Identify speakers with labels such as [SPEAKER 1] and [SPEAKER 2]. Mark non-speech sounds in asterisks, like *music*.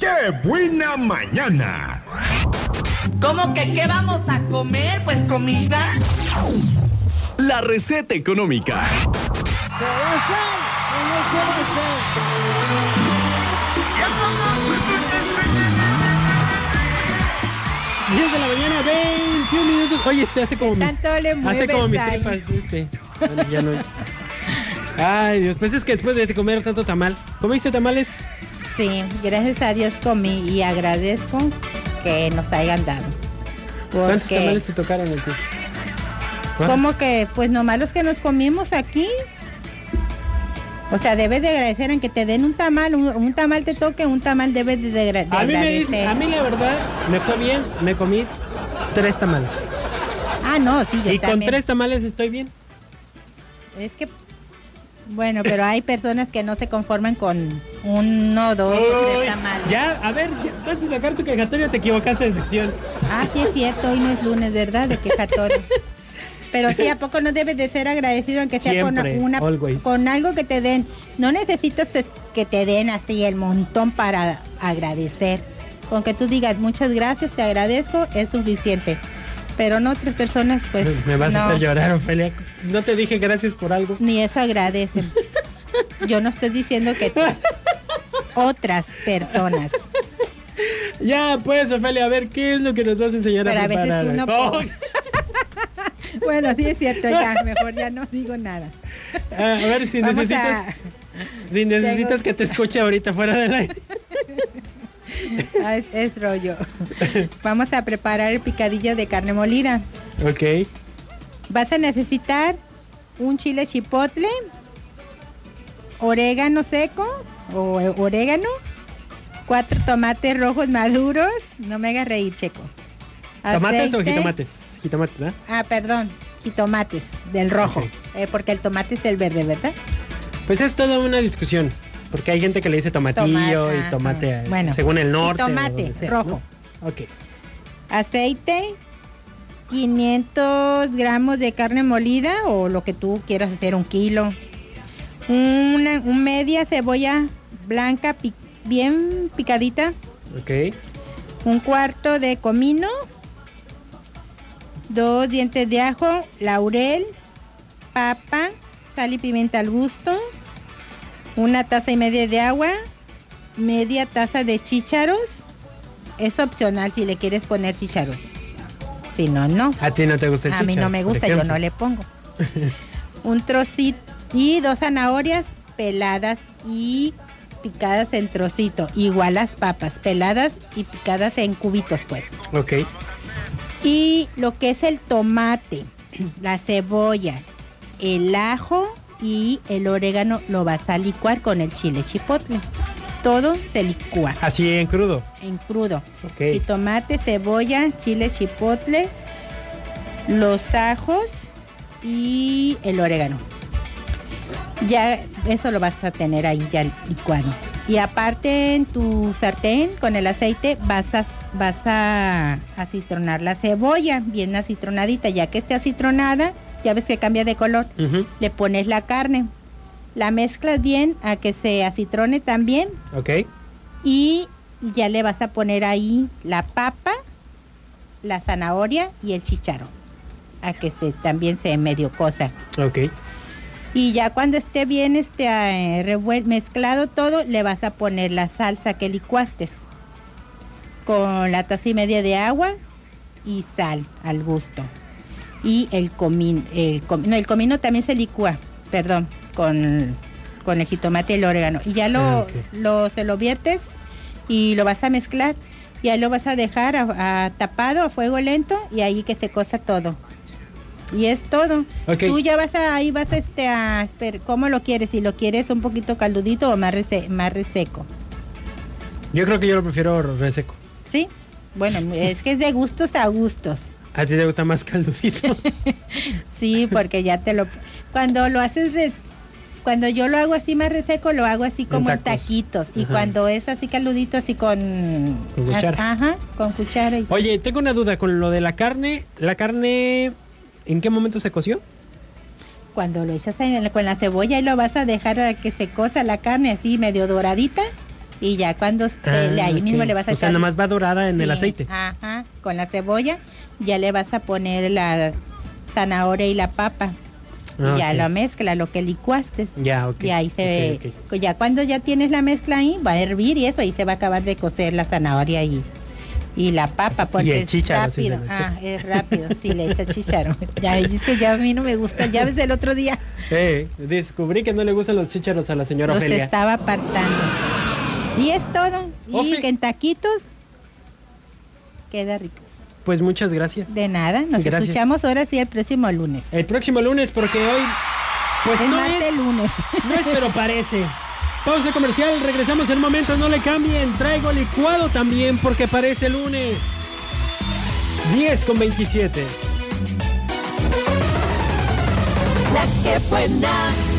[SPEAKER 1] ¡Qué buena mañana!
[SPEAKER 2] ¿Cómo que qué vamos a comer? Pues comida.
[SPEAKER 3] La receta económica.
[SPEAKER 4] Diez de la mañana, 21 minutos. Oye, este hace como mis,
[SPEAKER 5] Tanto le mueves
[SPEAKER 4] hace como mis
[SPEAKER 5] ahí.
[SPEAKER 4] tripas. Este. Bueno, ya no es. Ay, Dios, pues es que después de comer tanto tamal. ¿Comiste tamales?
[SPEAKER 5] Sí, gracias a Dios comí y agradezco que nos hayan dado.
[SPEAKER 4] ¿Cuántos
[SPEAKER 5] Porque
[SPEAKER 4] tamales te tocaron a ti?
[SPEAKER 5] como que, pues nomás los que nos comimos aquí. O sea, debes de agradecer en que te den un tamal, un, un tamal te toque, un tamal debes de, agra- de
[SPEAKER 4] A mí, me,
[SPEAKER 5] agradecer.
[SPEAKER 4] dis- a mí la verdad me fue bien, me comí tres tamales.
[SPEAKER 5] Ah, no, sí, yo
[SPEAKER 4] y con
[SPEAKER 5] también.
[SPEAKER 4] tres tamales estoy bien.
[SPEAKER 5] Es que, bueno, pero hay personas que no se conforman con uno, dos o
[SPEAKER 4] Uy,
[SPEAKER 5] tres tamales.
[SPEAKER 4] Ya, a ver, ya, vas a sacar tu quejatorio, te equivocaste de sección.
[SPEAKER 5] Ah, sí es cierto, hoy no es lunes, ¿verdad? De quejatorio. Pero sí, ¿a poco no debes de ser agradecido aunque sea con,
[SPEAKER 4] Siempre,
[SPEAKER 5] una,
[SPEAKER 4] always.
[SPEAKER 5] con algo que te den? No necesitas es- que te den así el montón para agradecer. Con que tú digas muchas gracias, te agradezco, es suficiente. Pero no otras personas, pues...
[SPEAKER 4] me vas a
[SPEAKER 5] no,
[SPEAKER 4] hacer llorar, Ofelia. No te dije gracias por algo.
[SPEAKER 5] Ni eso agradecen. Yo no estoy diciendo que tú. Otras personas.
[SPEAKER 4] Ya, pues, Ofelia, a ver, ¿qué es lo que nos vas a enseñar
[SPEAKER 5] Pero
[SPEAKER 4] a
[SPEAKER 5] a veces
[SPEAKER 4] preparar?
[SPEAKER 5] uno-
[SPEAKER 4] Oh,
[SPEAKER 5] *laughs* Bueno, sí es cierto, ya, mejor ya no digo nada.
[SPEAKER 4] *laughs* a ver, si
[SPEAKER 5] Vamos
[SPEAKER 4] necesitas,
[SPEAKER 5] a...
[SPEAKER 4] si necesitas
[SPEAKER 5] Tengo-
[SPEAKER 4] que te escuche ahorita fuera del aire.
[SPEAKER 5] Ah, es, es rollo. Vamos a preparar el picadillo de carne molida.
[SPEAKER 4] Ok.
[SPEAKER 5] Vas a necesitar un chile chipotle, orégano seco o eh, orégano, cuatro tomates rojos maduros. No me hagas reír, Checo.
[SPEAKER 4] ¿Tomates o
[SPEAKER 5] Aceite-
[SPEAKER 4] jitomates? Jitomates, ¿verdad?
[SPEAKER 5] Ah, perdón, jitomates del rojo,
[SPEAKER 4] Ok.
[SPEAKER 5] eh, porque el tomate es el verde, ¿verdad?
[SPEAKER 4] Pues es toda una discusión. Porque hay gente que le dice tomatillo
[SPEAKER 5] Tomata,
[SPEAKER 4] y tomate
[SPEAKER 5] ajá.
[SPEAKER 4] eh,
[SPEAKER 5] ah, Bueno,
[SPEAKER 4] según el norte. o
[SPEAKER 5] jitomate,
[SPEAKER 4] donde sea,
[SPEAKER 5] rojo.
[SPEAKER 4] ¿no? Ok.
[SPEAKER 5] aceite, 500 gramos de carne molida o lo que tú quieras hacer, un kilo, una un media cebolla blanca pi- bien picadita,
[SPEAKER 4] Ok.
[SPEAKER 5] un cuarto de comino, dos dientes de ajo, laurel, papa, sal y pimienta al gusto, una taza y media de agua, media taza de chícharos. Es opcional si le quieres poner chícharos. Si no, no.
[SPEAKER 4] A ti no te gusta el
[SPEAKER 5] A mí
[SPEAKER 4] chícharo,
[SPEAKER 5] no me
[SPEAKER 4] por
[SPEAKER 5] gusta, yo
[SPEAKER 4] ejemplo.
[SPEAKER 5] no le pongo.
[SPEAKER 4] *laughs*
[SPEAKER 5] Un trocito y dos zanahorias peladas y picadas en trocito. Igual las papas, peladas y picadas en cubitos, pues.
[SPEAKER 4] Ok.
[SPEAKER 5] Y lo que es el
[SPEAKER 4] *clears throat*
[SPEAKER 5] tomate, la cebolla, el ajo y el orégano lo vas a licuar con el chile chipotle. Todo se licúa
[SPEAKER 4] Así en crudo.
[SPEAKER 5] en crudo.
[SPEAKER 4] Ok.
[SPEAKER 5] Y tomate, cebolla, chile chipotle, los ajos y el orégano. Ya eso lo vas a tener ahí ya licuado. Y aparte en tu sartén con el aceite vas a vas a acitronar la cebolla, bien acitronadita, ya que esté acitronada, ya ves que cambia de color
[SPEAKER 4] Ujú,
[SPEAKER 5] le pones la carne. La mezclas bien a que se acitrone también
[SPEAKER 4] Ok.
[SPEAKER 5] y ya le vas a poner ahí la papa, la zanahoria y el chicharo. A que se, también se medio cosa.
[SPEAKER 4] Ok.
[SPEAKER 5] Y ya cuando esté bien este, eh, revuel- mezclado todo, le vas a poner la salsa que licuaste. Con la taza y media de agua y sal al gusto. Y el comino, el, com- no, el comino también se licúa, perdón, con, con el jitomate y el orégano. Y ya lo,
[SPEAKER 4] Ah, ok.
[SPEAKER 5] lo, se lo viertes y lo vas a mezclar. Y ahí lo vas a dejar a- a tapado a fuego lento y ahí que se cosa todo. Y es todo.
[SPEAKER 4] Ok.
[SPEAKER 5] Tú ya vas a, ahí vas a, este, a esper- cómo lo quieres, si lo quieres un poquito caldudito o más, rese- más reseco,
[SPEAKER 4] Yo creo que yo lo prefiero reseco.
[SPEAKER 5] ¿sí? Bueno, *laughs* es que es de gustos a gustos,
[SPEAKER 4] A ti te gusta más *laughs* caldudito.
[SPEAKER 5] sí, porque ya te lo, cuando lo haces, res- cuando yo lo hago así más reseco, lo hago así como en,
[SPEAKER 4] tacos.
[SPEAKER 5] taquitos, y
[SPEAKER 4] Ajá.
[SPEAKER 5] cuando es así caldudito, así con,
[SPEAKER 4] Con cuchara.
[SPEAKER 5] ajá, con cuchara y-
[SPEAKER 4] Oye, tengo una duda con lo de la carne. ¿La carne en qué momento se coció?
[SPEAKER 5] cuando lo echas en el- con la cebolla y lo vas a dejar a que se cosa la carne así medio doradita Y ya cuando esté de
[SPEAKER 4] Ah,
[SPEAKER 5] ahí mismo
[SPEAKER 4] ok.
[SPEAKER 5] le vas a
[SPEAKER 4] O sea, nada más va dorada en el
[SPEAKER 5] Sí, Ah,
[SPEAKER 4] aceite.
[SPEAKER 5] Ajá, con la cebolla. Ya le vas a poner la zanahoria y la papa.
[SPEAKER 4] Ah,
[SPEAKER 5] y ya
[SPEAKER 4] ok.
[SPEAKER 5] la mezcla, lo que licuaste.
[SPEAKER 4] Ya, ok.
[SPEAKER 5] Y ahí se
[SPEAKER 4] Ok, ok.
[SPEAKER 5] ve. Ya cuando ya tienes la mezcla ahí, va a hervir y eso, ahí se va a acabar de cocer la zanahoria y, y la papa, porque
[SPEAKER 4] el
[SPEAKER 5] es
[SPEAKER 4] chícharo, sí,
[SPEAKER 5] rápido.
[SPEAKER 4] le
[SPEAKER 5] ah,
[SPEAKER 4] echas.
[SPEAKER 5] es rápido, sí, le echas
[SPEAKER 4] *laughs*
[SPEAKER 5] chícharo. Ya dijiste, ya a mí no me gusta, ya ves el otro día
[SPEAKER 4] Eh, descubrí que no le gustan los chícharos a la señora
[SPEAKER 5] los
[SPEAKER 4] Ofelia. Oh,
[SPEAKER 5] estaba apartando. Y es todo. Y
[SPEAKER 4] Ofe.
[SPEAKER 5] que en taquitos queda rico.
[SPEAKER 4] Pues muchas gracias.
[SPEAKER 5] De nada, nos
[SPEAKER 4] Gracias.
[SPEAKER 5] escuchamos ahora sí el próximo lunes.
[SPEAKER 4] El próximo lunes, porque hoy. Pues
[SPEAKER 5] es
[SPEAKER 4] no
[SPEAKER 5] más de
[SPEAKER 4] es.
[SPEAKER 5] lunes.
[SPEAKER 4] No es, pero parece. Pausa comercial, regresamos en un momento, no le cambien. Traigo licuado también porque parece lunes. 10 con 27.
[SPEAKER 6] La que buena.